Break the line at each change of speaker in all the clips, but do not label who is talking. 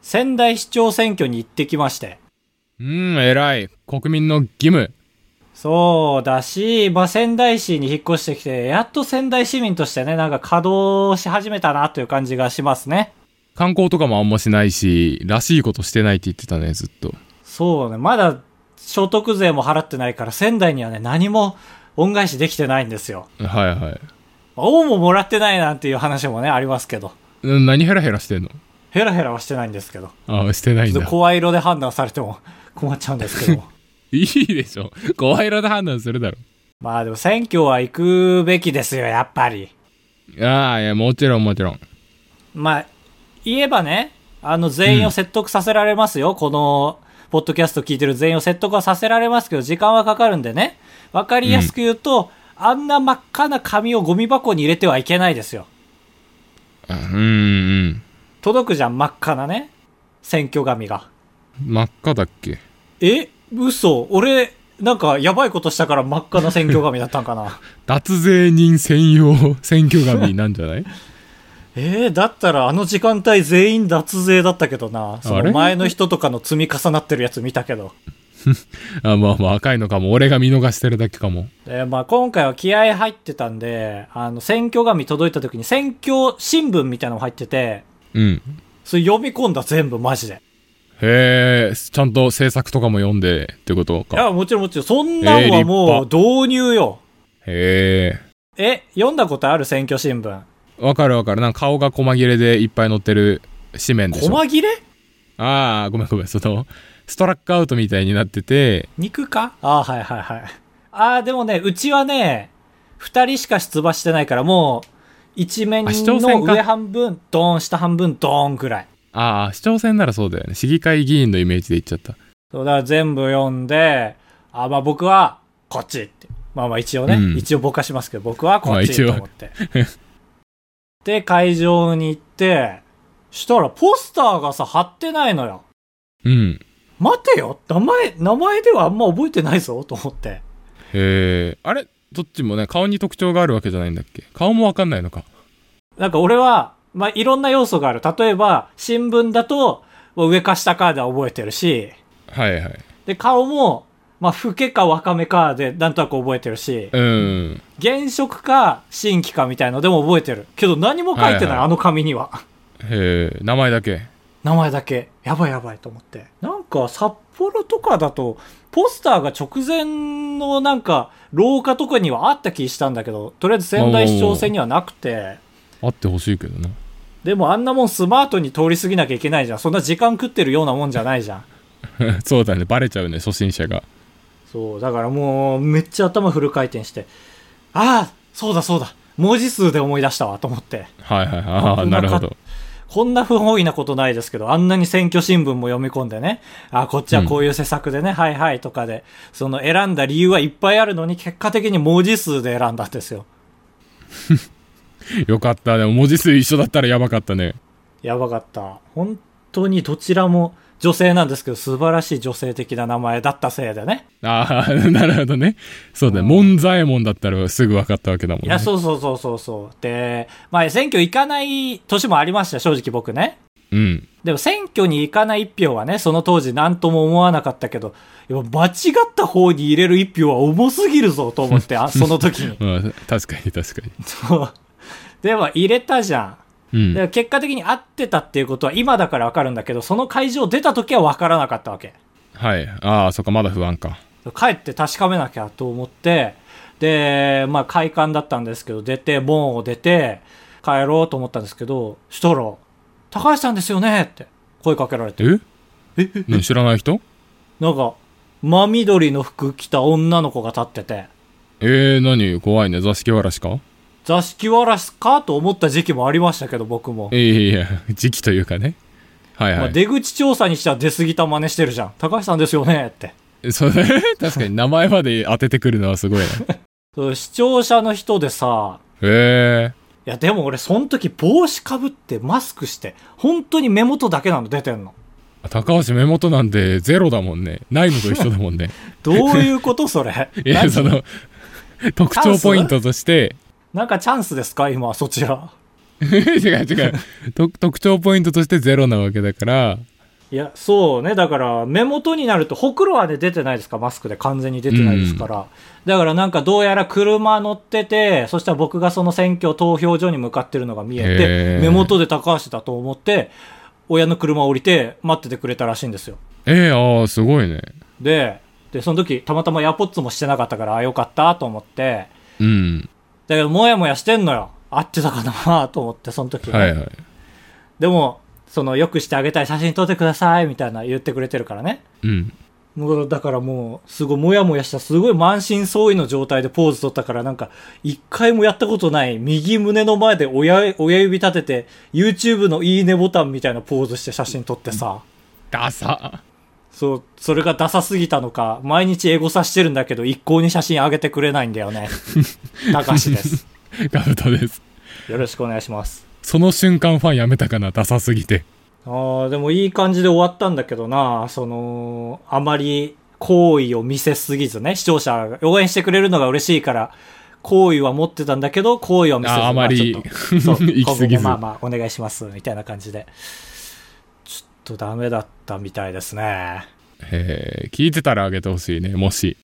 仙台市長選挙に行ってきまして。
うん、偉い。国民の義務。
そうだし、まあ、仙台市に引っ越してきて、やっと仙台市民としてね、なんか稼働し始めたなという感じがしますね。
観光とかもあんましないし、らしいことしてないって言ってたね、ずっと。
そうね、まだ所得税も払ってないから、仙台にはね、何も恩返しできてないんですよ。
はいはい。
まあ恩ももらってないなんていう話もね、ありますけど。
な何ヘラヘラしてんの
ヘラヘラはしてないんですけど。
ああ、してないん
ちょっ
だ
と。声色で判断されても困っちゃうんです けども。
いいでしょ。声色で判断するだろ。
まあでも選挙は行くべきですよ、やっぱり。
ああ、いや、もちろんもちろん。
まあ、言えばね、あの、全員を説得させられますよ。この、ポッドキャスト聞いてる全員を説得はさせられますけど、時間はかかるんでね。わかりやすく言うと、あんな真っ赤な紙をゴミ箱に入れてはいけないですよ。
あうんうん。
届くじゃん、真っ赤なね。選挙紙が。
真っ赤だっけ
え嘘俺、なんか、やばいことしたから真っ赤な選挙紙だったんかな。
脱税人専用 選挙紙なんじゃない
えー、だったらあの時間帯全員脱税だったけどな。その前の人とかの積み重なってるやつ見たけど。
あまあまあ赤いのかも俺が見逃してるだけかも
で、まあ今回は気合入ってたんで、あの、選挙紙届いた時に選挙新聞みたいなのも入ってて、
うん
それ読み込んだ全部マジで。
へえちゃんと制作とかも読んでってこと
い
か
や、もちろんもちろん、そんなん
えー
は
立
もう導入よ。
へ
え、読んだことある選挙新聞。
えわかるわかるなんか顔が細切れでいっぱい載ってる紙面でしょ
細切れ
ああごめんごめんそのストラックアウトみたいになってて
肉かああ、はいはいはい。ああ、でもね、うちはね、二人しか出馬してないから、もう、一面
あ市長選
の
か
上半分、ドーン、下半分、ドーンぐらい。
ああ市長選ならそうだよね市議会議員のイメージで言っちゃった
そうだから全部読んで、あ、まあ僕はこっちって。まあまあ一応ね、
うん
一応ぼかしますけど、僕はこ
まあ
っち
一応
と思って。で、会場に行って、したらポスターがさ、貼ってないのよ。
うん
待てよ名前、名前ではあんま覚えてないぞと思って。
へえあれどっちもね顔に特徴があるわけじゃないんだっけ顔もわかんないのか
なんか俺は、まあいろんな要素がある。例えば、新聞だと、まあ上か下かでは覚えてるし、
はいはい
で、顔も、まあ、老けか若めかでなんとなく覚えてるし、
うん
現職か新規かみたいのでも覚えてるけど何も書いてない、
はいはい
あの紙には
へえ名前だけ
名前だけやばいやばいと思ってなんか札幌とかだとポスターが直前のなんか廊下とかにはあった気したんだけどとりあえず仙台市長選にはなくて
あってほしいけどな
でもあんなもんスマートに通り過ぎなきゃいけないじゃんそんな時間食ってるようなもんじゃないじゃん
そうだねバレちゃうね初心者が
そうだからもうめっちゃ頭フル回転してああそうだそうだ文字数で思い出したわと思って
はいはいはいああ
危な
なる
か
ほ
っ
ど
こんな不本意なことないですけど、あんなに選挙新聞も読み込んでね、あ、こっちはこういう施策でね、はいはいとかで、その選んだ理由はいっぱいあるのに、結果的に文字数で選んだんですよ。
よかったでも文字数一緒だったらやばかったね
やばかった。本当にどちらも女性なんですけど、素晴らしい女性的な名前だったせいでね。
ああ なるほどねそうだね門左衛門だったらすぐ分かったわけだもん
い
ね
や、そうそうそうそうそう。で、まあ選挙行かない年もありました、正直僕ね。
うん。
でも選挙に行かない一票はね、その当時何とも思わなかったけど、やっぱ間違った方に入れる一票は重すぎるぞと思って、あその時に
まあ確かに確かに
そうでも入れたじゃ
うん
ん。で結果的に合ってたっていうことは今だからわかるんだけど、その会場出た時はわからなかったわけ。
はいああそっかまだ不安か
帰って確かめなきゃと思って、で、まあ会館だったんですけど、出て、門を出て、帰ろうと思ったんですけど、したら、高橋さんですよねって声かけられて、
えね知らない人
なんか、真緑の服着た女の子が立ってて、
ええ何怖いね座敷わらしか
座敷わらしかと思った時期もありましたけど、僕も。
いやいやいや時期というかねはい
ま
は
あ、
い、
出口調査にしては出過ぎた真似してるじゃん。高橋さんですよねって。
そう 確かに名前まで当ててくるのはすごいな
そう視聴者の人でさ、
へえ
いやでも俺その時帽子かぶってマスクして、本当に目元だけなの出てんの。
高橋目元なんてゼロだもんねないのと一緒だ もんね
どういうことそれ
いや
何
その特徴ポイントとして
なんかチャンスですか今そちら。
違う違うと特徴ポイントとしてゼロなわけだから
いや、そうね。だから、目元になると、ほくろはね、出てないですかマスクで完全に出てないですから。だからなんか、どうやら車乗ってて、そしたら僕がその選挙投票所に向かってるのが見え
へ
て、
ー
目元で高橋だと思って、親の車を降りて、待っててくれたらしいんですよ。
ええああ、すごいね。
で、で、その時、たまたまエアポッツもしてなかったから、あ、よかったと思って、
うん。
だけど、もやもやしてんのよ。合ってたかなと思って、その時、ね
はいはい。
でも、その、よくしてあげたい、写真撮ってください、みたいな言ってくれてるからね。
うん。
もうだからもう、すごい、もやもやした、すごい満身創痍の状態でポーズ取ったから、なんか、一回もやったことない、右胸の前で親親指立てて、YouTube のいいねボタンみたいなポーズして写真撮ってさ、
ダサ。
そう、それがダサすぎたのか、毎日エゴさしてるんだけど、一向に写真上げてくれないんだよね。たかしです。
ガブトです。
よろしくお願いします。
その瞬間ファンやめたかな、ダサすぎて。
あーでもいい感じで終わったんだけどな、その、あまり好意を見せすぎずね、視聴者が応援してくれるのが嬉しいから、好意は持ってたんだけど、好意は見せず
あーあまり
あちょっと そう
行き過ぎ
今後も
ず
まあまあ、お願いします、みたいな感じで。ちょっとダメだったみたいですね。
ええ聞いてたらあげてほしいね、もし。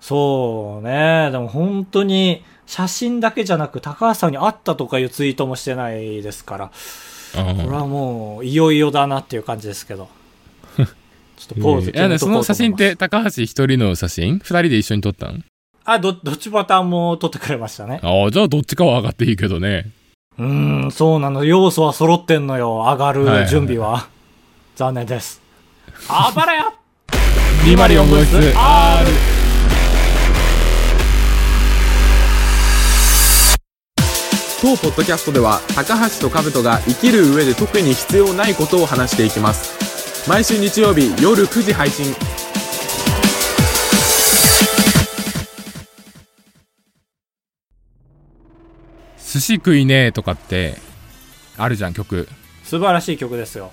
そうね。でも本当に、写真だけじゃなく、高橋さんに会ったとかいうツイートもしてないですから、
あ
これ
あ。
はもう、いよいよだなっていう感じですけ ど。ちょっとポーズ
ええ
決
いや
め
ね
と
そ
こうと思い
の
ます
写真って高橋一人の写真二人で一緒に撮ったん
あ、ど、どっちパターンも撮ってくれましたね。
ああ、じゃあどっちかは上がっていいけどね。
うーん、そうなの。要素は揃ってんのよ。上がる
はいはいはい
準備は。残念です。あばらや
リマリオンボイス R。
当ポッドキャストでは高橋と兜が生きる上で特に必要ないことを話していきます毎週日曜日夜9時配信
寿司食いねーとかって、あるじゃん、曲。
素晴らしい曲ですよ。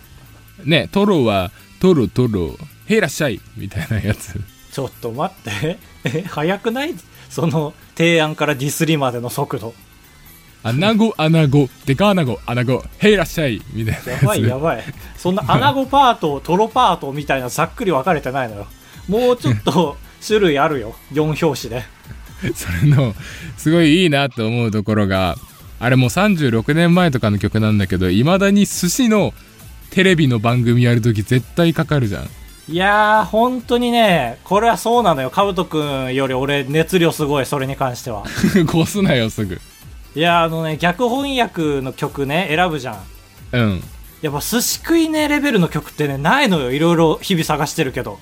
ね、トロは、トロトロ、へいらっしゃいみたいなやつ。
ちょっと待って。え、早くないその、提案からディスりまでの速度。
アナゴ、アナゴ、デカアナゴ、アナゴ、へいらっしゃいみたい
や
なやつ。
ばいやばい。そんなアナゴパート、トロパートみたいなざっくり分かれてないのよ。もうちょっと種類あるよ。4拍子で。
それの、すごいいいなと思うところが、あれもう36年前とかの曲なんだけど、いまだに寿司のテレビの番組やるとき絶対かかるじゃん。
いやー、本当にね、これはそうなのよ。かぶとくんより俺熱量すごい、それに関しては。
こすなよ、すぐ。
いやー、あのね、逆翻訳の曲ね、選ぶじゃん。
うん。
やっぱ寿司食いねレベルの曲ってね、ないのよ。いろいろ日々探してるけど。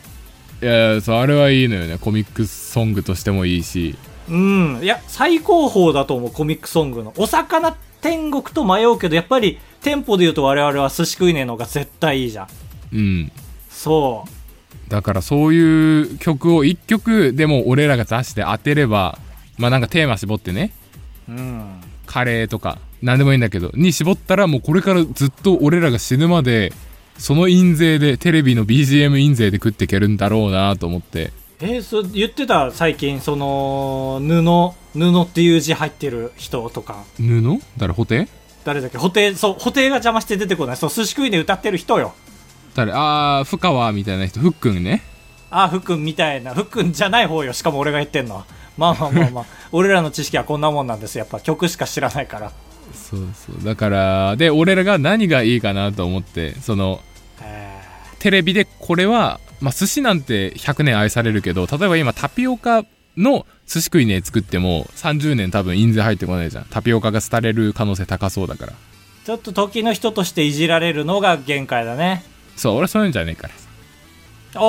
いや、そう、あれはいいのよね。コミックソングとしてもいいし。
うん。いや、最高峰だと思う、コミックソングの。お魚天国と迷うけど、やっぱり、テンポで言うと我々は寿司食いねの方が絶対いいじゃん。
うん。
そう。
だからそういう曲を一曲でも俺らが出して当てればまあなんかテーマ絞ってね
うん、
カレーとか何でもいいんだけどに絞ったらもうこれからずっと俺らが死ぬまでその印税でテレビの BGM 印税で食っていけるんだろうなと思って
えーそう言ってた最近その布布っていう字入ってる人とか
布誰ホテ
誰だっけ布袋そう布袋が邪魔して出てこないそう寿司食いで歌ってる人よ
誰ああ深川みたいな人ふっくんね
あーふっくんみたいなふっくんじゃない方よしかも俺が言ってんのはまあまあまあ まあ俺らの知識はこんなもんなんですやっぱ曲しか知らないから
そうそうだからで俺らが何がいいかなと思ってその
え
テレビでこれは、まあ、寿司なんて100年愛されるけど例えば今タピオカの寿司食いね作っても30年多分印税入ってこないじゃんタピオカが廃れる可能性高そうだから
ーちょっと時の人としていじられるのが限界だね
そう俺そういうんじゃねえから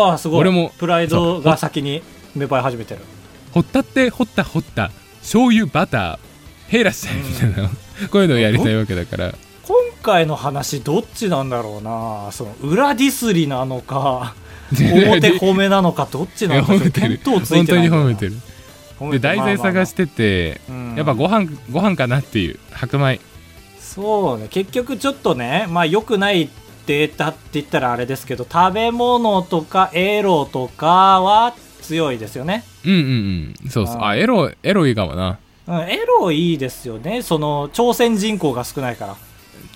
ああすごい
俺も
プライドが先に芽生え始めてる
ほったってほったほった醤油バターへいらっしゃいみたいな こういうのをやりたいわけだから
今回の話どっちなんだろうなその裏ディスりなの か表褒めなのかどっち
い
な
や
のか
褒めてる
見当
本
ついて
当
な
に
い
褒めてる
褒
で
めてる
題材探し、てて
まあまあまあうん
やっぱご飯ご飯かなっていう白米
そうね結局ちょっとねまあ良くないデータって言ったらあれですけど食べ物とかエロとかは強いですよね
うんうんうんそうそう
あ
あエロエロいいかもな
うんエロいいですよねその朝鮮人口が少ないから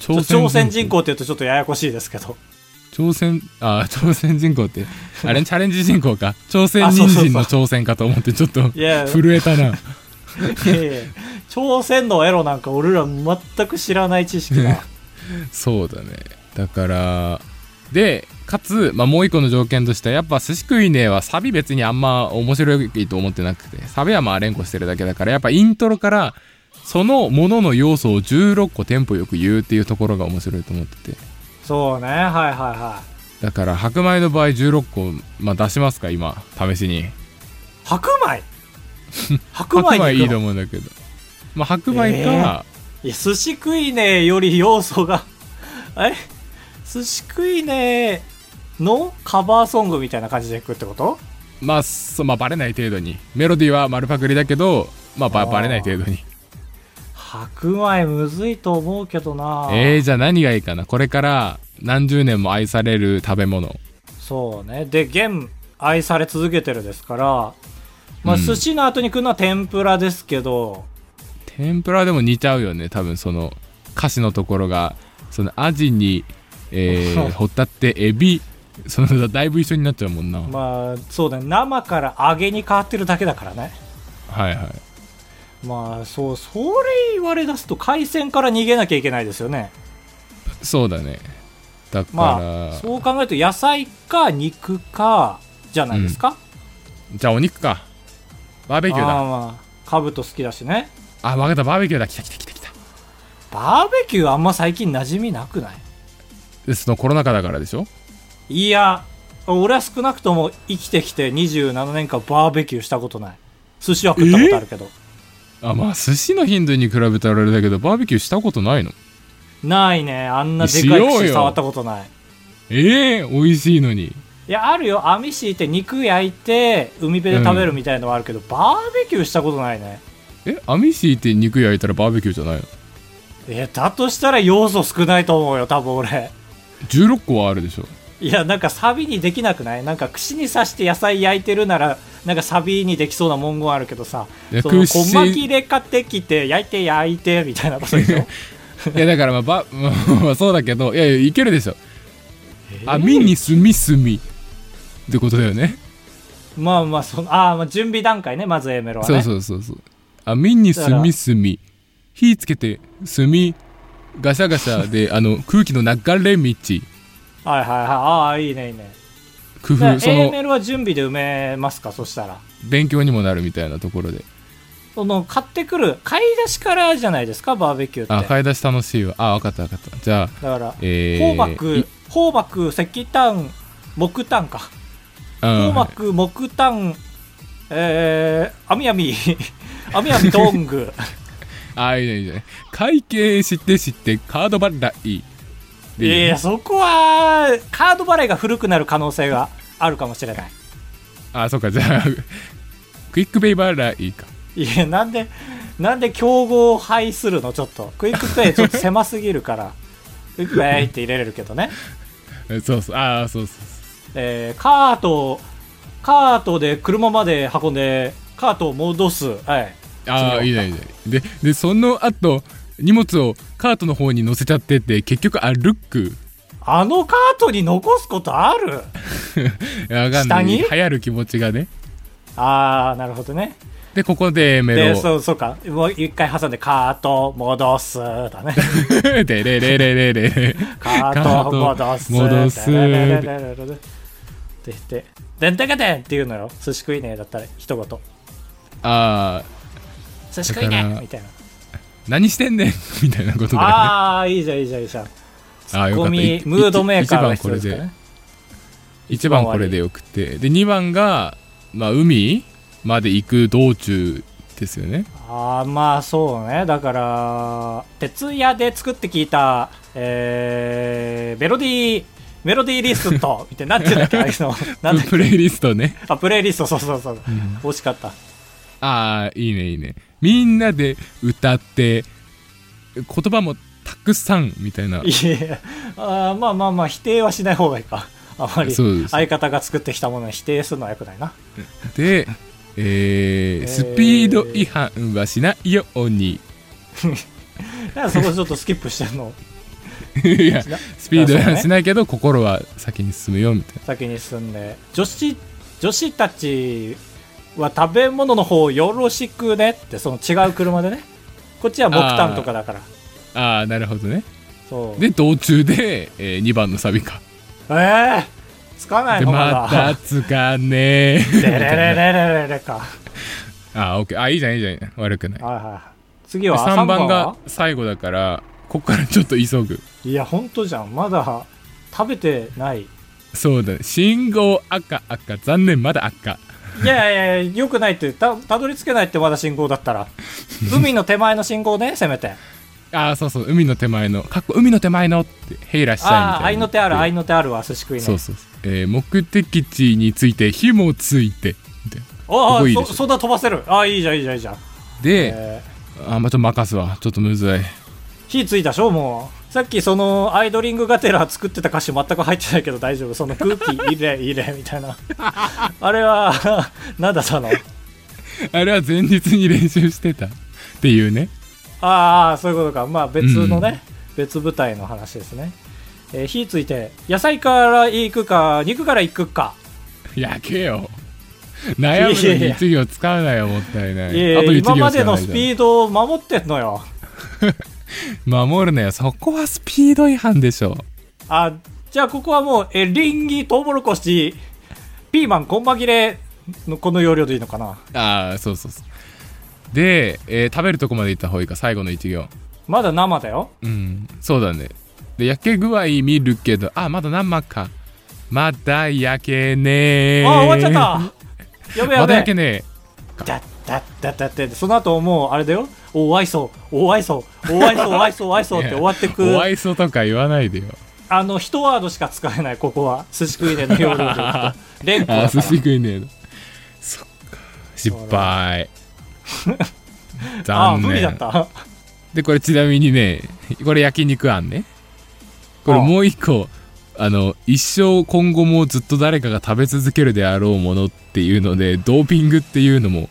ちょ
朝
朝鮮人口って言うとちょっとややこしいですけど
朝鮮あ朝鮮人 口ってあれチャレンジ人口か朝鮮人参の朝鮮かと思ってちょっと
いや
震えたない
やいや朝鮮のエロなんか俺ら全く知らない知識だ
そうだねだからでかつ、まあ、もう一個の条件としてはやっぱ寿司食いねえはサビ別にあんま面白いと思ってなくてサビはまあ連呼してるだけだからやっぱイントロからそのものの要素を16個テンポよく言うっていうところが面白いと思ってて
そうねはいはいはい
だから白米の場合16個、まあ、出しますか今試しに
白 米白米に行
白
くの
米いいと思うんだけど、まあ、白米か、
いや寿司食いねえより要素が え寿司食いねえのカバーソングみたいな感じでいくってこと
まあそうまあ、バレない程度にメロディーは丸パクリだけど、まあ、
あ
ば
ー
バレない程度に
白米むずいと思うけどな
えー、じゃあ何がいいかなこれから何十年も愛される食べ物
そうねで現愛され続けてるですからまあ、
うん
寿司の後に来るのは天ぷらですけど、
天ぷらでも似ちゃうよね多分その歌詞のところがそのアジに、え ーホタテエビそのだいぶ一緒になっちゃうもんな、
まあそうだね生から揚げに変わってるだけだからね
はいはい
まあそうそれ言われ出すと海鮮から逃げなきゃいけないですよね
そうだねだから、
まあそう考えると野菜か肉かじゃないですか、
じゃあお肉かバーベキューだ
あーまあかぶと好きだしね
あ分かったバーベキューだ来た来た来た来た
バーベキューあんま最近馴染みなくない
でそのコロナ禍だからでしょ
いや俺は少なくとも生きてきて27年間バーベキューしたことない寿司は食ったことあるけど、
あまあ寿司の頻度に比べたらあれだけどバーベキューしたことないの
ないねあんなでかい
しようよ
串触ったことない
ええ美味しいのに
いやあるよ網敷いて肉焼いて海辺で食べるみたいのはあるけど、バーベキューしたことないね
え網敷いて肉焼いたらバーベキューじゃないの
えだとしたら要素少ないと思うよ多分俺
16個はあるでしょ
いやなんかサビにできなくないなんか串に刺して野菜焼いてるならなんかサビにできそうな文言あるけどさ
いや
その
串
小巻きで買ってきて焼いて焼いてみたいなことで しょ
いやだからまあば、 まあ、そうだけどいやいやいけるでしょ
えー
網に炭炭ってことだよね
まあまあそのあーまあ準備段階ねまず A メロはね
そうそうそうそう網に炭炭火つけて炭ガシャガシャであの空気の流れ道
はいはいはいああいいねいいね
工
だから
夫そ
A
の
メロは準備で埋めますかそしたら
勉強にもなるみたいなところで
その買ってくる買い出しからじゃないですかバーベキューって
あ買い出し楽しいわあ分かった分かったじゃあ
だから
えー、
放
い
爆放爆石炭木炭か
う
硬
ん
膜、木炭、えー、網網、 網網トング。
ああいいねいいね会計知って知ってカード払 い
いやいや、そこは、カード払いが古くなる可能性があるかもしれない。
あそうかじゃあクイックペイ払いか
いや、なんで、なんで競合を廃するのちょっと。クイックペイちょっと狭すぎるから。クイックペイって入れれるけどね。
えそうそうああそうそうそ
えー、カート、カートで車まで運んで、カートを戻す。はい。
うああ
違う
いいねいいねででその後荷物をカートの方に乗せちゃってって結局歩く
あのカートに残すことある
いやわかんな
下
い
に
流行る気持ちがね
あー、なるほどね。
でここでメ
で、
ロ
そう、そうか。もう一回挟んで、カート戻す、だね。
でレレレレレ
カート戻す、
戻す
だね。で、で、でんてけてんって言うのよ。寿司食いねえだったら、一言。
ああ
寿司食いね
だか
え
ら
みたいな。
何してんね んみたいなことだよね
ああ、いいじゃん、いいじゃん、いいじゃん。
あーよか
ゴ
った
ミ
い、
ムードメーカーが
一番
必
こ
要
れ
ですか
で
ね。
1番これでよくてで2番が、まあ、海まで行く道中ですよね
ああ、まあそうね。だから、徹夜で作って聞いた、えー、メロディー、メロディーリスト、みたいな、なんていうんだっけ、あれ の、なんだっけ
プレイリストね
あ、プレイリスト、そうそうそう。惜しかった。
ああいいねいいねみんなで歌って言葉もたくさんみたいない
えあーまあまあまあ否定はしない方がいいかあまり
そうです
相方が作ってきたものを否定するのはよくないな
で、え
ー
ー スピード違反はしないように
だからそこちょっとスキップしてんの
いやスピード
だからそう
は
ね
しないけど、心は先に進むよみたい
先に進んで女子女子たちは食べ物の方よろしくねってその違う車でねこっちは木炭とかだから
なああーなるほどね
そう
で道中で、え2番のサビか
ええつかない
で
の
ま
ま
た
だ
つかねえ
レレ レレレレか
あーオッケーあいいじゃんいいじゃん悪くない
はいはい次
で
は
3
3
番
番
が
が
最後だからこっからちょっと急ぐ
いや本当じゃんまだ食べてない
そうだね信号赤赤残念まだ赤
いやいやいやよくないってたたどり着けないってまだ信号だったら海の手前の信号ねせめて
ああそうそう海の手前のかっこ海の手前のってヘイラしたいみたい
ああー
な
愛の手ある愛の手あるは寿司食いね
そうそうそう、えー目的地について火もついてみたいな
あ
ここいい
あ
で
そ
す
そんな飛ばせるああいいじゃんいいじゃんいいじゃん
で、
え
あまあちょっと任すわちょっとむずい
ー火ついたでしょもうさっきそのアイドリングがてら作ってた歌詞全く入ってないけど大丈夫その空気入 れ入れみたいなあれは なんだその
あれは前日に練習してたっていうね
ああそういうことかまあ別のね、別舞台の話ですね、えー火ついて野菜から行くか肉から行くか
やけよ悩むのに一行使うなよもったいない
いえいえ
あと一
今
行
ま
使
で
うな
の
い
ス
じ
ピードを守ってんのよ
ゃん守るなよそこはスピード違反でしょ
あじゃあここはもうえリンギトウモロコシピーマンこんま切れのこの要領でいいのかな
ああそうそうそうで、えー食べるとこまで行った方がいいか最後の一行
まだ生だよ
うんそうだねで焼け具合見るけどあまだ生かまだ焼けねえ
あ終わっちゃったやべや
まだ
べ
焼けねえ
だだだだってその後もうあれだよお愛想お愛想お愛想お愛想お愛想って終わってく
お愛想とか言わないでよ
あの一ワードしか使えないここは寿司食いでの要領でいくと連呼
あ
だか
寿
ら
司食いねえのそっか失敗
あ
残
無理だっ
念
た
でこれちなみにねこれ焼肉あんねこれ
ああ
もう一個あの一生今後もずっと誰かが食べ続けるであろうものっていうのでドーピングっていうのも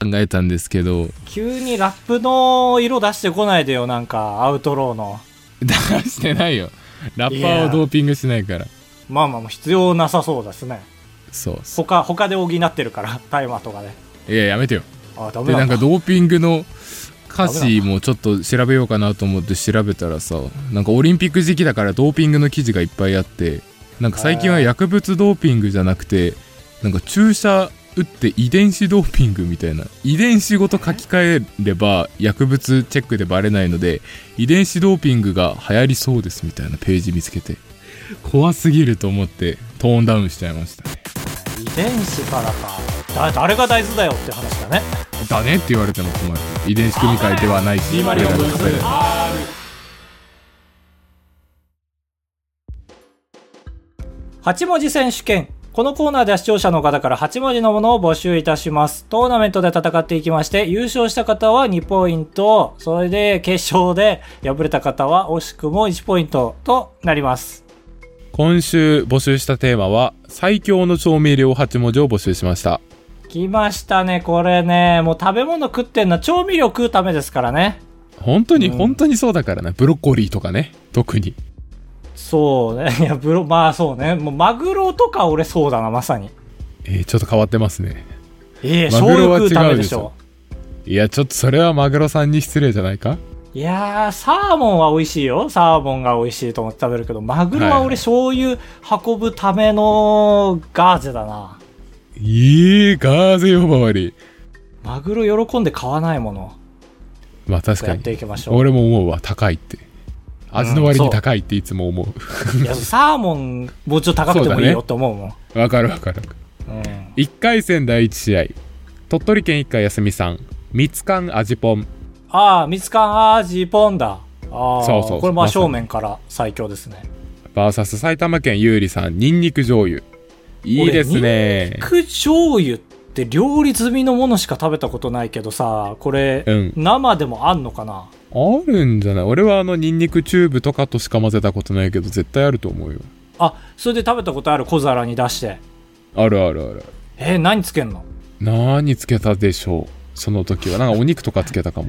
考えたんですけど
急にラップの色出してこないでよなんかアウトローの
出 してないよラッパーをドーピングしないから
まあまあもう必要なさそうですね
そうそ
他他で補ってるから 大麻とかで
ういややめてよ
あダ
で
メ
な
なんん
か
だ
ドーピングの歌詞もちょっと調べようかなと思って調べたらさなんかオリンピック時期だからドーピングの記事がいっぱいあってなんか最近は薬物ドーピングじゃなくてなんか注射打って遺伝子ドーピングみたいな遺伝子ごと書き換えれば薬物チェックでバレないので遺伝子ドーピングが流行りそうですみたいなページ見つけて怖すぎると思ってトーンダウンしちゃいました
遺伝子からかだ誰が大豆だよって話だね
だねって言われても困る遺伝子組み換えではないし俺らが食べる
8文字選手権このコーナーでは視聴者の方から8文字のものを募集いたしますトーナメントで戦っていきまして優勝した方は2ポイントそれで決勝で敗れた方は惜しくも1ポイントとなります
今週募集したテーマは最強の調味料8文字を募集しました
来ましたねこれねもう食べ物食ってんのは調味料食うためですからね
本当に、
うん
本当にそうだからなブロッコリーとかね特に
そうね いやブロまあそうねもうマグロとか俺そうだなまさに
えーちょっと変わってますね
ええ
マ
醤
グロ
油
は
食うためで
違うで
し
し
ょ
ょいやちょっとそれはマグロさんに失礼じゃないか
いやー、サーモンは美味しいよ。サーモンが美味しいと思って食べるけど、マグロは
はい
俺醤油運ぶためのガーゼだな。
いいガーゼ呼ばわり
マグロ喜んで買わないも の。
まあ確か
やっ
に
ていきましょう。
俺も思うわ高いって味の割
う
に
んそう
高いっていつも思
いや、サーモンもうちょっと高くてもいいよって思うもん。
う わ、かるわかる
うん、
1回戦第1試合鳥取県一回休みさんみつかん味ぽん
ああ、ミツカンアジポンだ。ああ、
そうそう
これまあ
まさに
正面から最強ですね。
VS 埼玉県ゆうりさんにんにく醤油いいですね
肉醤油って料理済みのものしか食べたことないけどさ、これ、
うん
生でもあんのかな
あるんじゃない俺はあのにんにくチューブとかとしか混ぜたことないけど絶対あると思うよ
あ、それで食べたことある小皿に出して。
あるあるある
えー何つけんの
何つけたでしょうその時はなんかお肉とかつけたかも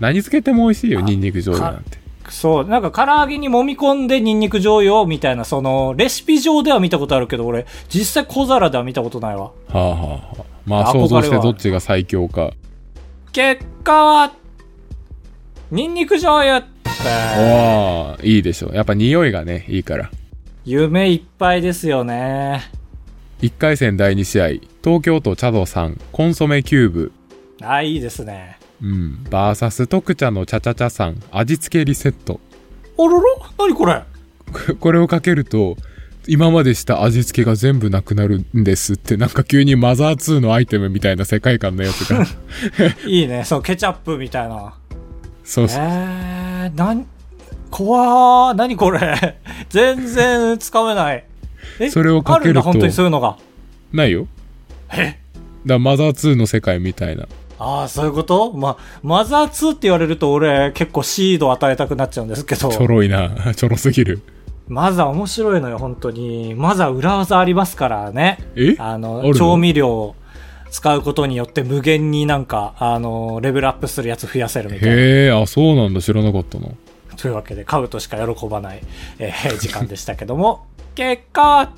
何つけても美味しいよにんにく醤油なんて
そう、なんか唐揚げに揉み込んでニンニク醤油をみたいな、その、レシピ上では見たことあるけど、俺、実際小皿では見たことないわ。
はあはあはあまあ
憧れは
想像してどっちが最強か
結果は、ニンニク醤油って、
ああいいでしょうやっぱ匂いがねいいから
夢いっぱいですよね。
1回戦第2試合東京都茶道さんコンソメキューブ
あ、いいですね。
うんバーサス特茶のチャチャチャさん味付けリセット
あらら何これ
ここれをかけると今までした味付けが全部なくなるんですってなんか急にマザー2のアイテムみたいな世界観のやつ が
いいね、そのケチャップみたいな。
そうそう
えー、なん、怖ー、何これ 全然つかめない。え
それをかけると
あんだ本当にそういうのが。
ないよ
え
だからマザー2の世界みたいな
ああ、そういうことまあ、マザー2って言われると俺結構シード与えたくなっちゃうんですけど。
ちょろいな ちょろすぎる
マザー面白いのよ、本当に。マザー裏技ありますからね。
え
あ
ある
の、
の
調味料を使うことによって無限になんか、あの、レベルアップするやつ増やせるみたいな。
へえあそうなんだ知らなかったな
というわけで、買うとしか喜ばない、えー時間でしたけども。 結果、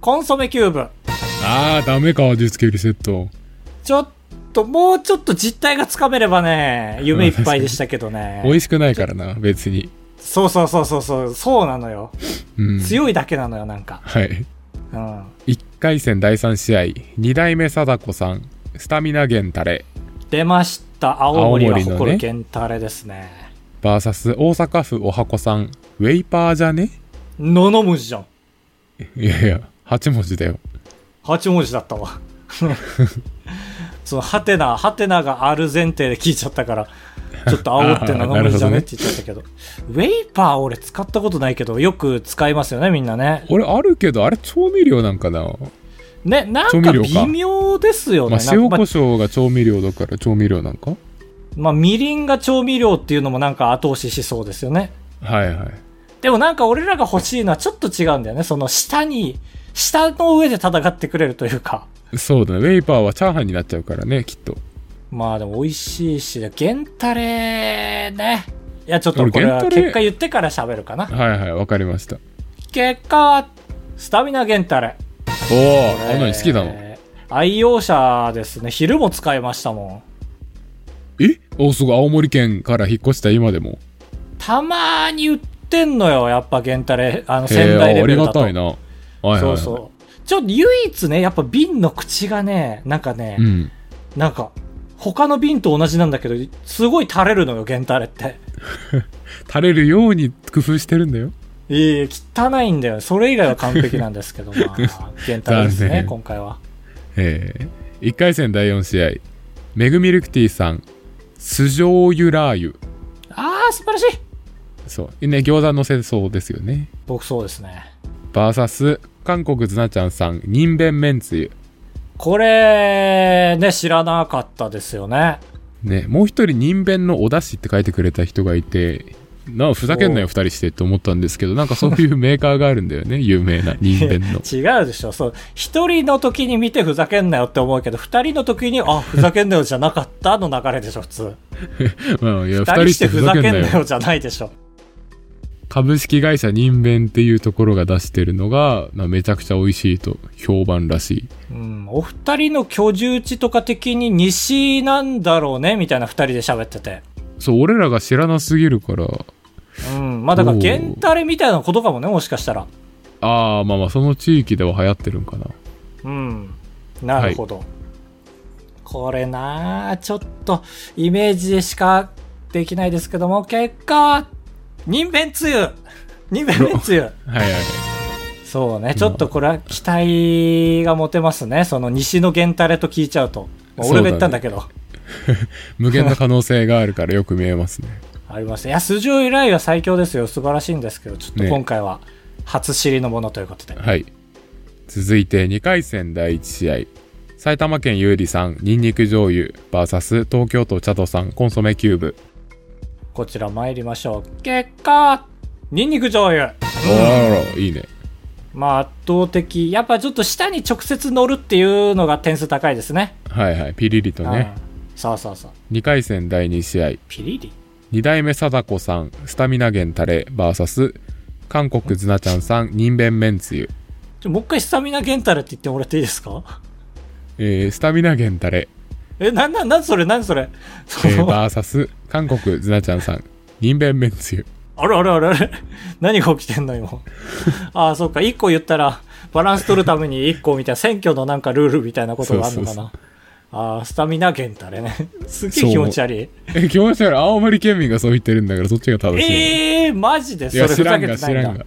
コンソメキューブ。
あーダメか味付けリセット
ちょっと、もうちょっと実態がつかめればね、夢いっぱいでしたけど
美
ね。
味しくないからな別に
そうそうそうそうそう、そうなのよ。
うん
強いだけなのよ、なんか。
はい
うん。
1回戦第3試合2代目貞子さんスタミナ源タレ
出ました。青森が
青森のね
誇るゲンタレですね。
バーサス大阪府おはこさんウェイパーじゃね
7文字じゃん。
いやいや8文字だよ
8文字だったわ。 そのハテナ、ハテナがある前提で聞いちゃったから、ちょっと煽って
あー
7文字じゃ
なるほどね
ねって言っちゃったけど。ウェイパー俺使ったことないけど、よく使いますよね、みんなね。
俺あるけどあれ調味料なんかな、
ね、な
調
ん
味
か
料
微
か
妙ですよね。
ま
な
あ、
んか
塩
ま
コショウが調味料だから調味料なんか
まあ、みりんが調味料っていうのもなんか後押ししそうですよね。
はいはい
でもなんか俺らが欲しいのはちょっと違うんだよね。その下に、下の上で戦ってくれるというか。
そうだねウェイパーはチャーハンになっちゃうからねきっと
まあでも美味しいし、ゲンタレね。いや、ちょっと
俺
これは
ゲンタレ
結果言ってから喋るかな。
はいはいわかりました
結果は、スタミナゲンタレ。
おおあんなに好きなの
えー愛用者ですね。昼も使いましたもん。
えおすごい青森県から引っ越した今でも
たまーに売ってんのよ、やっぱゲンタレ。あの、
へえ
仙台レ
あ
ベ
り
ル
が
だと。
たいなはいはい、
そうそう。ちょっと唯一ね、やっぱ瓶の口がね、なんかね、
ん、
なんか、他の瓶と同じなんだけど、すごい垂れるのよ、ゲンタレって。
垂れるように工夫してるんだよ
いい汚いんだよ。それ以外は完璧なんですけど、ま あ、限定です
残
ね
念、
今回は。
ええ1回戦第4試合メグミルクティーさん酢醤油ラー油
ああ、素晴らしい
そうね餃子のせそうですよね
僕そうですね。
バーサス韓国ズナちゃんさん人弁めんつゆ
これ、ね、知らなかったですよね。
ねもう一人人弁のお出汁って書いてくれた人がいてなあふざけんなよ二人してって思ったんですけどなんかそういうメーカーがあるんだよ ね有名な人弁の
違うでしょ。そう。一人の時に見てふざけんなよって思うけど、二人の時に、あ、ふざけんなよじゃなかったの流れでしょ、普通。
うんい
二
や二
人
人
してふざけんなよじゃないでしょ。
株式会社人弁っていうところが出してるのが、まあめちゃくちゃ美味しいと評判らしい
うん。お二人の居住地とか的に西なんだろうね、みたいな二人で喋ってて。
そう俺らが知らなすぎるから
うん。まあだから、
おー
ゲンタレみたいなことかもね、もしかしたら。
ああまあまあその地域では流行ってるんかな
うん。なるほど。これなあちょっと、イメージでしかできないですけども、結果、人弁つゆ 人弁めんつゆ
はいはい
そうね、ちょっとこれは期待が持てますね。その西のゲンタレと聞いちゃうと。まあ
そうだ
俺が
ね
言ったんだけど。
無限な可能性があるからよく見えますね
ありますね。いや、酢醤油ラー油は最強ですよ。素晴らしいんですけど、ちょっと
ね
今回は初知りのものということで。
はい続いて2回戦第1試合埼玉県優里さんにんにく醤油 VS 東京都チャドさんコンソメキューブ
こちら参りましょう。結果、ニンニク醤油。
おららいいね
まあ圧倒的。やっぱちょっと下に直接乗るっていうのが点数高いですね。
はいはいピリリとね
うんそうそうそう。
2回戦第2試合
ピリリ
二代目貞子さんスタミナ源タレ VS 韓国ズナちゃんさん人弁めんつゆ、
ちょもう一回スタミナゲンタレって言ってもらっていいですか
えー、スタミナ源タレ、
え、なんなん、なんそれ、なんそれ。
えー、VS 韓国ズナちゃんさん人弁めんつゆ
あれあれあれあれ 何が起きてんの 今。ああ、そっか。一個言ったら、バランス取るために一個みたいな、選挙のなんかルールみたいなことがあるのかな。
そうそう
ああ、スタミナ源たれ ね。すげえ気持ち悪い。
え気持ち悪い青森県民がそう言ってるんだからそっちが正しい、
ええー、マジでそ
い
れ
や
ふ
知
ざ
らん
けてない
が知
ん
ら
だ
んが。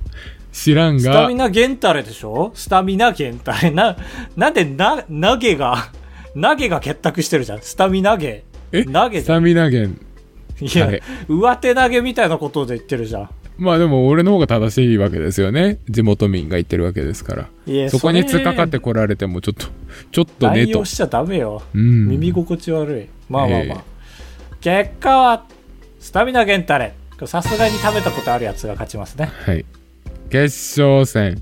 知らん
スタ
が
ミナ源たれでしょスタミナ源たれ。な、なんでな、投げが、投げが結託してるじゃん。スタミナ源。
え
投げ
スタミナ源
いや
タレ、
上手投げみたいなことで言ってるじゃん。
まあでも俺の方が正しいわけですよね地元民が言ってるわけですから
いや
そこに
そ
突
れ
っかかってこられてもちょっとちょっとね
乱
と
用しちゃダメよ。
うん
耳心地悪い。まあまあまあ。
え
結果は、スタミナ源たれ。これさすがに食べたことあるやつが勝ちますね。
はい決勝戦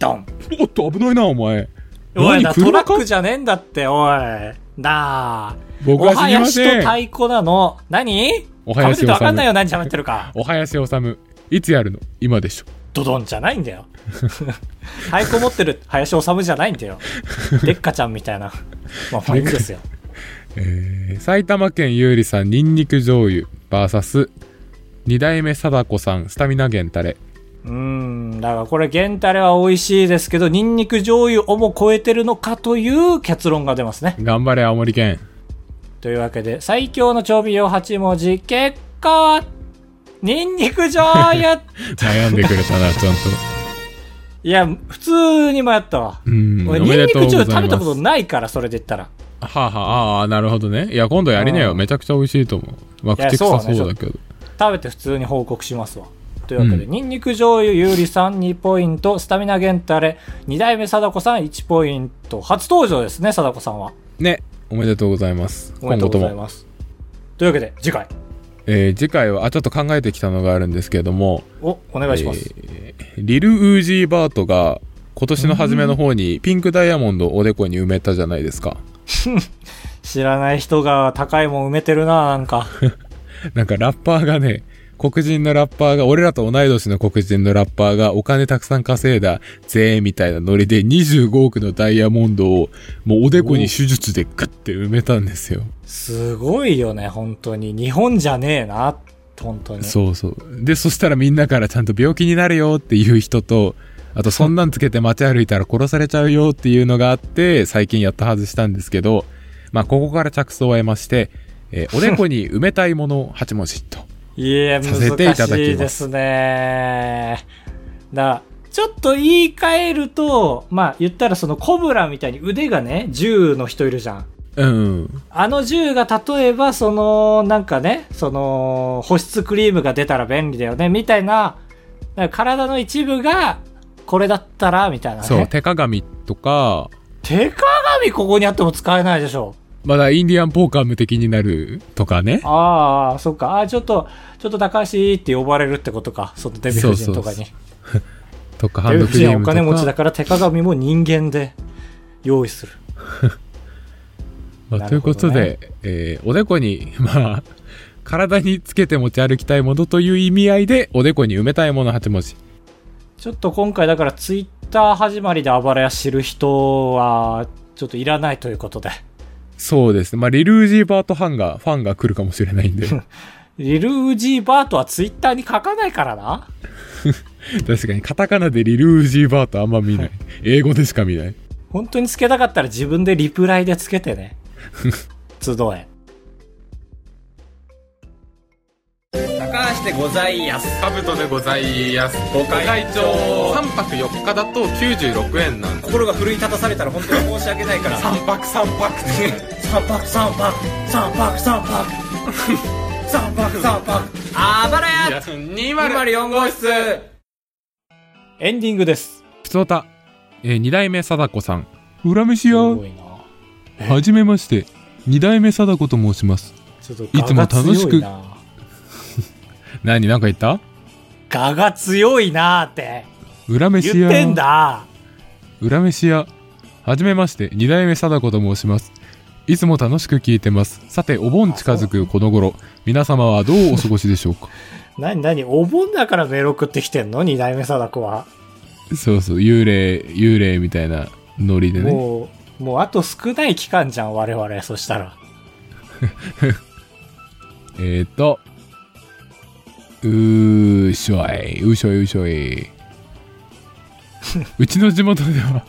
ドン
おっと危ないなお前
おい
何
な、トラ
車
ッ
か
クじゃねえんだって、おい。なあ。
僕
お
は知り
囃
ま
子
せ
と
ん
太鼓なの。何
お
食べ
囃
て
子
てわかん
治
ないよ、何喋ってるか。
お林修いつやるの今でしょ
ドドンじゃないんだよ。 太鼓持ってる林修じゃないんだ よ。でっかちゃんみたいな。まあ、ファインですよ。
えー埼玉県優里さんにんにく醤油 VS 二代目貞子さんスタミナ源タレ
うーん、だからこれ、ゲンタレは美味しいですけど、ニンニク醤油をも超えてるのかという結論が出ますね。
頑張れ青森県
というわけで、最強の調味料8文字、結果は、ニンニク醤油
悩んでくれ たなちゃんと
いや、普通に迷ったわ。
うんお
俺、
め
ニンニ
で
ク
とうござ
醤油食
い
べた
ま
こと
す
ないから、それで言ったら。
はあ、はあ、ああなるほどねいや今度やりな
う
よ
ん
めちゃくちゃ美味しいと思うまあ
いや
口臭そう
そうだ
だ
ね
けど
食べて普通に報告しますわというわけで、
う
にんにく醤油ゆうりさん2ポイントスタミナ源たれ2代目貞子さん1ポイント初登場ですね貞子さんは
ねおめでとうございます
おめ
今
で
後
と
と
うござい
も、
ますというわけで次回
えー次回はあちょっと考えてきたのがあるんですけれども
おお願いします、
えーリル・ウージー・バートが今年の初めの方にピンクダイヤモンドをおでこに埋めたじゃないですか
知らない人が高いもん埋めてるななんか
なんかラッパーがね、黒人のラッパーが、俺らと同い年の黒人のラッパーがお金たくさん稼いだぜみたいなノリで25億のダイヤモンドをもうおでこに手術でグッて埋めたんですよ。
すごいよね本当に日本じゃねえな本当に
そうそう。で、そしたらみんなからちゃんと病気になるよっていう人と、あとそんなんつけて街歩いたら殺されちゃうよっていうのがあって、最近やっと外したんですけど、まあここから着想を得まして、えーおでこに埋めたいものを8文字と。
いえ、
させてい
難
ただきます
しいですね。だちょっと言い換えると、まあ言ったらそのコブラみたいに腕がね、銃の人いるじゃん。
うん。
あの銃が例えばその、なんかね、その、保湿クリームが出たら便利だよね、みたいな、なんか体の一部が、これだったら、みたいな、ね。
そう、手鏡とか、
手鏡ここにあっても使えないでしょ。
まだインディアンポーカー無敵になるとかね。
ああ、そっか。ああ、ちょっと、ちょっと高橋って呼ばれるってことか。そのデヴィ夫人とかに。
そうそうとか、ハ
ハ
ン
ン
ドクリーム
お
とか。
金持ちだから手鏡も人間で用意する。
まあ
な
とい
る
う
ほ
こ
ど
と
ね
で、えーおでこに、 まあ、体につけて持ち歩きたいものという意味合いで、おでこに埋めたいもの8文字。
ちょっと今回だからツイッター始まりで暴れや知る人は、ちょっといらないということで。
そうですね。まあ、リルージーバートファンが、ファンが来るかもしれない んで。
リルージーバートはツイッターに書かないからな。
確かに、カタカナでリルージーバートあんま見ない。英語でしか見ない。
本当につけたかったら自分でリプライでつけて ね。集え。
高橋でございやす
カブトでございます
ご会長
3泊4日だと96円なんで
心が奮い立たされたら本当に申し訳ないから三泊三泊 三泊三泊三泊三泊三泊三泊あばらや204号室
エンディングです。
ふつおた、えー二代目貞子さん。裏
す
飯屋
ご、いな。
はじめまして。二代目貞子と申します。
ちょっと我が
いつも楽し
強い
く
な。
何、なんか言った
我が強いなーって
裏飯
言
屋。
ってんだ。
裏飯屋はじめまして二代目貞子と申しますいつも楽しく聞いてます。さて、お盆近づくこの頃、皆様はどうお過ごしでしょうか
なになにお盆だからメール送ってきてんの二代目貞子は。
そうそう、幽霊、幽霊みたいなノリでね。
もう、もうあと少ない期間じゃん、我々。そしたら。
えーと、うーしょい、うしょいうしょい。うちの地元では、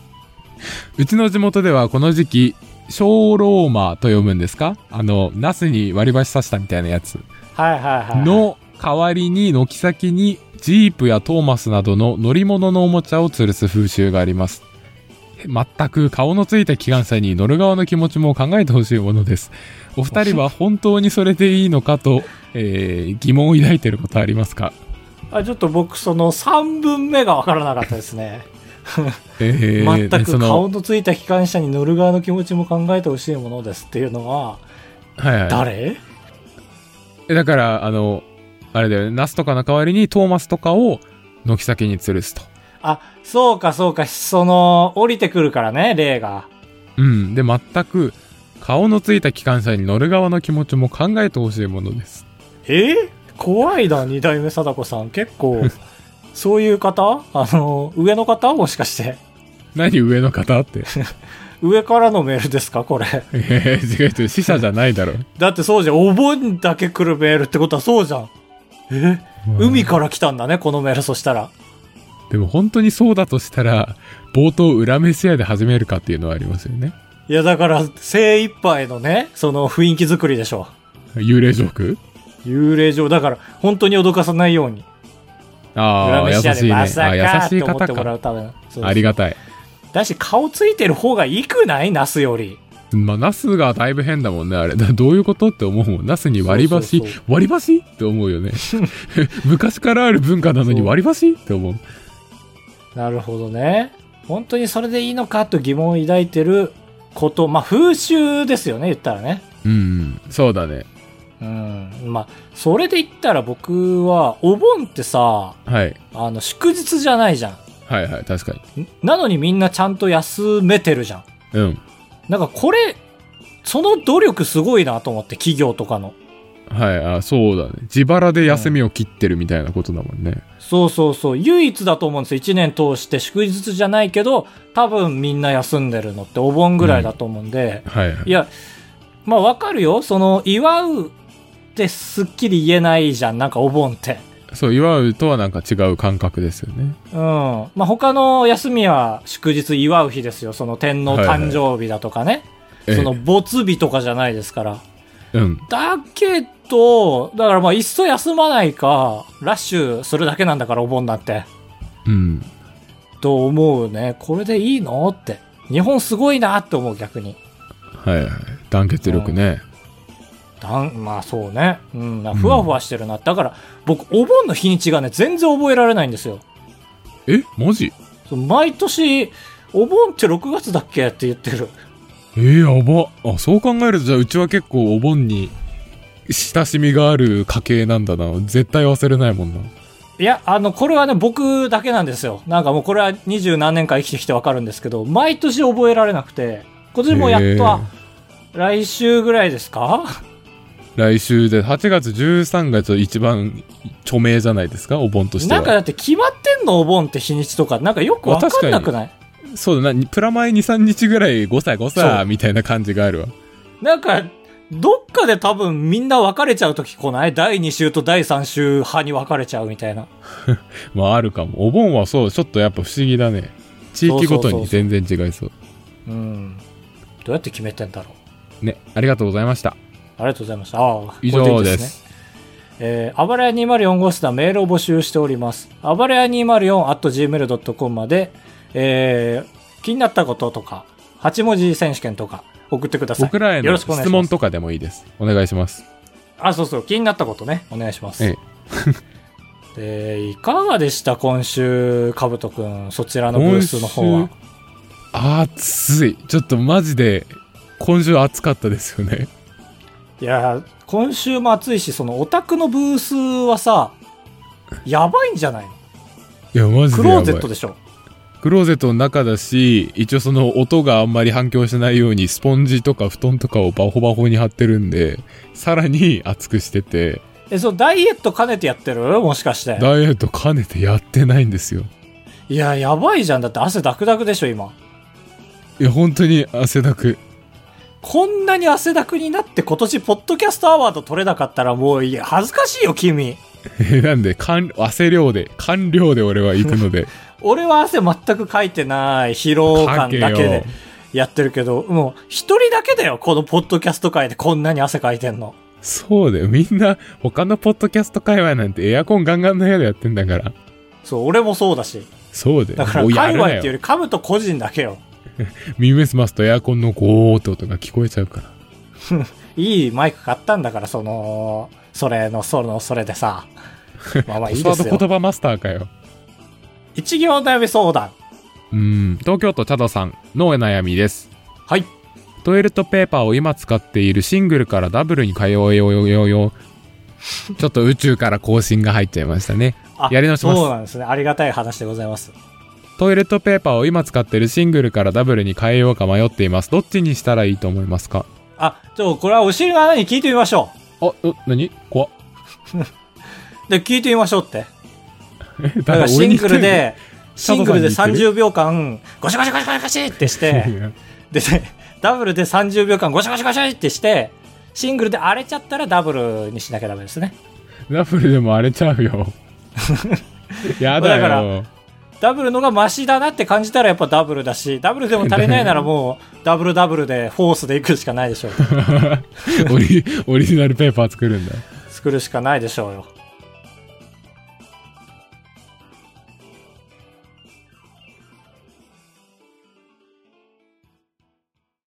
うちの地元ではこの時期、小ローマと読むんですかあの、ナスに割り箸刺したみたいなやつ。
はいはいはい。
の代わりに軒先にジープやトーマスなどの乗り物のおもちゃを吊るす風習があります全く顔のついた機関車に乗る側の気持ちも考えてほしいものですお二人は本当にそれでいいのかと、えー疑問を抱いてることありますか
あ、ちょっと僕、その3分目がわからなかったですね。
えー
全く
その
顔のついた機関車に乗る側の気持ちも考えてほしいものですっていうのは、
はいはい
誰
えだからあのあれだよねナスとかの代わりにトーマスとかを軒先に吊るすと
あ、そうかそうか、その、降りてくるからね、霊が。
うん。で、全く、顔のついた機関車に乗る側の気持ちも考えてほしいものです。
え怖いな、二代目貞子さん。結構、 そういう方あの、上の方もしかして。
何上の方って。
上からのメールですかこれ。
いやいや違う違う、死者じゃないだろ。
だってそうじゃん。お盆だけ来るメールってことはそうじゃん。え海から来たんだね、このメール、そしたら。
でも本当にそうだとしたら、冒頭裏飯屋で始めるかっていうのはありますよね。
いや、だから、精一杯のね、その雰囲気作りでしょ
幽霊ジョーク
幽霊上、だから、本当に脅かさないように。
ああ、優
飯屋で
しいね。あ
まさか
ー
っ
優してい
思っ
方
てもら
か。
うための。そうそう
ありがたい。
だし、顔ついてる方がいいくないナスより。
まあ、ナスがだいぶ変だもんね、あれ。だどういうことって思うもん。ナスに割り
そ
箸、
うそうそ
割り箸って思うよね。 昔からある文化なのに割り箸って思う。
なるほどね。本当にそれでいいのかと疑問を抱いてること。まあ、風習ですよね、言ったらね。
うん、そうだね。
うん。まあ、それで言ったら僕は、お盆ってさ、
はい。
あの、祝日じゃないじゃ
はいはい、確かに。
ん。なのにみんなちゃんと休めてるじゃん。
うん。
なんかこれ、その努力すごいなと思って、企業とかの。
はい、あ、そうだね。自腹で休みを切ってるみたいなことだもんね。
そうそうそう。唯一だと思うんですよ。一年通して祝日じゃないけど、多分みんな休んでるのってお盆ぐらいだと思うんで。
はいはい
い。や、まあわかるよ。その、祝うってすっきり言えないじゃん。なんかお盆って。
そう、祝うとはなんか違う感覚ですよね。
うん。まあ他の休みは祝日祝う日ですよ。その天皇誕生日だとかね。
ええ
その没日とかじゃないですから。
うん。
だけど、だからまあいっそ休まないか、ラッシュするだけなんだからお盆なんて。
うん。
と思うね。これでいいのって。日本すごいなって思う逆に。
はいはい。団結力ね。
だんまあそうね。うん。ふわふわしてるな。だから僕、お盆の日にちがね、全然覚えられないんですよ。
えマジ
そう毎年、お盆って6月だっけって言ってる。
えー、やば。あ、そう考えると、じゃあうちは結構お盆に親しみがある家系なんだな。絶対忘れないもんな。
いや、あの、これはね、僕だけなんですよ。なんかもうこれは二十何年間生きてきてわかるんですけど、毎年覚えられなくて、今年もやっとは、来週ぐらいですか
来週で、8月13月一番著名じゃないですか、お盆として
な
は。
んかだって決まってんのお盆って日にちとか、なんかよくわかんなくない
そうだな、プラマイ2、3日ぐらい誤差誤
そ
差みたいな感じがあるわ。
なんか、どっかで多分みんな分かれちゃう時来ない第2週と第3週派に分かれちゃうみたいな。
まああるかも。お盆はそう、ちょっとやっぱ不思議だね。地域ごとに全然違いそう。
うん。どうやって決めてんだろう。
ね、ありがとうございました。
ありがとうございました。ああ、
以
これ
上
いい
です。
ねえー、あばらや204号室ではメールを募集しております。あばらや 204.gmail.com まで、えー、気になったこととか、8文字選手権とか送ってください。
僕らへ
よ
の
ろしくお願い
質
しま
問
す。
とかでもいいです。お願いします。
あ、そうそう、気になったことね。お願いします。
え
えーいか がでした今週、かぶとくん、そちらのブースの方は
今。暑い。ちょっとマジで、今週暑かったですよね。
いやー、今週も暑いし、そのオタクのブースはさ、やばいんじゃないの
いや、マジ
ク
でや
ロ
ば
ー
い。
ゼットでしょ。
クローゼットの中だし、一応その音があんまり反響しないように、スポンジとか布団とかをバホバホに貼ってるんで、さらに熱くしてて、
え、そう、ダイエット兼ねてやってるもしかして。
ダイエット兼ねてやってないんですよ。
いや、やばいじゃん。だって汗ダクダクでしょ、今。
いや、本当に汗だく。
こんなに汗だくになって今年、ポッドキャストアワード取れなかったらもう、いや、恥ずかしいよ、君。
えなんで、かん、汗量で、汗量で俺は行くの で。
俺は汗全くかいてない疲労感だけ
かけよ
でやってるけど、もう一人だけだよ、このポッドキャスト界でこんなに汗かいてんの。
そうだよ。みんな、他のポッドキャスト界隈なんてエアコンガンガンの部屋でやってんだから。
そう、俺もそうだし。
そうだよ。
だから、
おや
界
るな
隈っていうより噛むと個人だけよ。
耳すますとエアコンのゴーって音が聞こえちゃうから。
いいマイク買ったんだから、その、それの、その、それでさ。まあまあいい
スワ
です
ード言
よ。
葉マスターかよ。
一行悩み相談。
うん。東京都チャドさんのお悩みです。
はい。
トイレットペーパーを今使っているシングルからダブルに通えようよよよ。ちょっと宇宙から更新が入っちゃいましたね。
あ
やり直します
そうなんですね。ありがたい話でございます。
トイレットペーパーを今使っているシングルからダブルに変えようか迷っています。どっちにしたらいいと思いますか
あ、ちょ、これはお尻の穴に聞いてみましょ
あ、お、何怖っ。
う。で、聞いてみましょうって。
え
だからシングル、で、
シ
シ
ン
ング
グル
ル
で
で
佐藤さ
30秒間、ゴシゴシゴシゴシゴシってし
俺に
て、
言ってる
で、でダブルで30秒間ゴシゴシゴシってして、シングルで荒れちゃったらダブルにしなきゃダメですね。
ダブルでも荒れちゃ うよ。やだよ。
だからダブルのがマシだなって感じたらやっぱダブルだし、ダブルでも足りないならもう、ダブルダブルでフォースでい くしかないでしょう。
オリオリジナルペーパー作るんだ。
作るしかないでしょうよ。